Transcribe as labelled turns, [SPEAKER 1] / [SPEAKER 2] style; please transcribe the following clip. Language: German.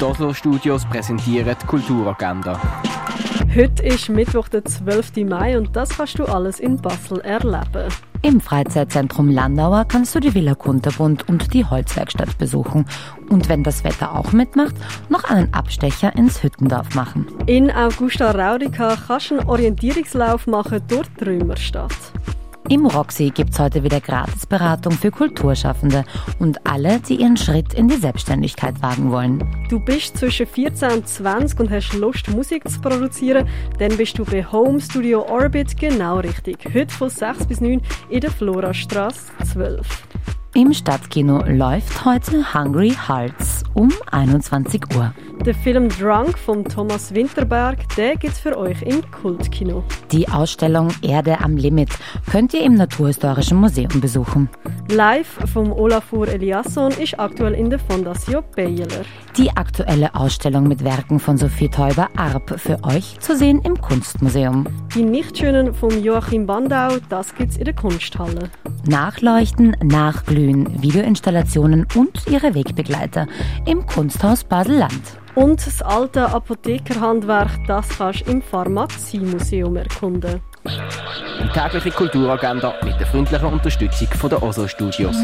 [SPEAKER 1] Die Oslo Studios präsentieren die Kulturagenda.
[SPEAKER 2] Heute ist Mittwoch, der 12. Mai und das kannst du alles in Basel erleben.
[SPEAKER 3] Im Freizeitzentrum Landauer kannst du die Villa Kunterbund und die Holzwerkstatt besuchen und wenn das Wetter auch mitmacht, noch einen Abstecher ins Hüttendorf machen.
[SPEAKER 2] In Augusta Raurica kannst du einen Orientierungslauf machen durch die Römerstadt.
[SPEAKER 3] Im Roxy gibt's heute wieder Gratisberatung für Kulturschaffende und alle, die ihren Schritt in die Selbstständigkeit wagen wollen.
[SPEAKER 2] Du bist zwischen 14 und 20 und hast Lust, Musik zu produzieren, dann bist du bei Home Studio Orbit genau richtig. Heute von 6 bis 9 in der Florastraße 12.
[SPEAKER 3] Im Stadtkino läuft heute Hungry Hearts um 21 Uhr.
[SPEAKER 2] Der Film Drunk von Thomas Winterberg, der gibt's für euch im Kultkino.
[SPEAKER 3] Die Ausstellung Erde am Limit könnt ihr im Naturhistorischen Museum besuchen.
[SPEAKER 2] Live vom Olafur Eliasson ist aktuell in der Fondation Bayerler.
[SPEAKER 3] Die aktuelle Ausstellung mit Werken von Sophie Teuber-Arp für euch zu sehen im Kunstmuseum.
[SPEAKER 2] Die Nichtschönen von Joachim Bandau, das gibt's in der Kunsthalle.
[SPEAKER 3] Nachleuchten, Nachglühen, Videoinstallationen und ihre Wegbegleiter im Kunsthaus Basel-Land.
[SPEAKER 2] Und das alte Apothekerhandwerk, das kannst du im Pharmaziemuseum erkunden.
[SPEAKER 1] Die tägliche Kulturagenda mit der freundlichen Unterstützung von der Oslo Studios.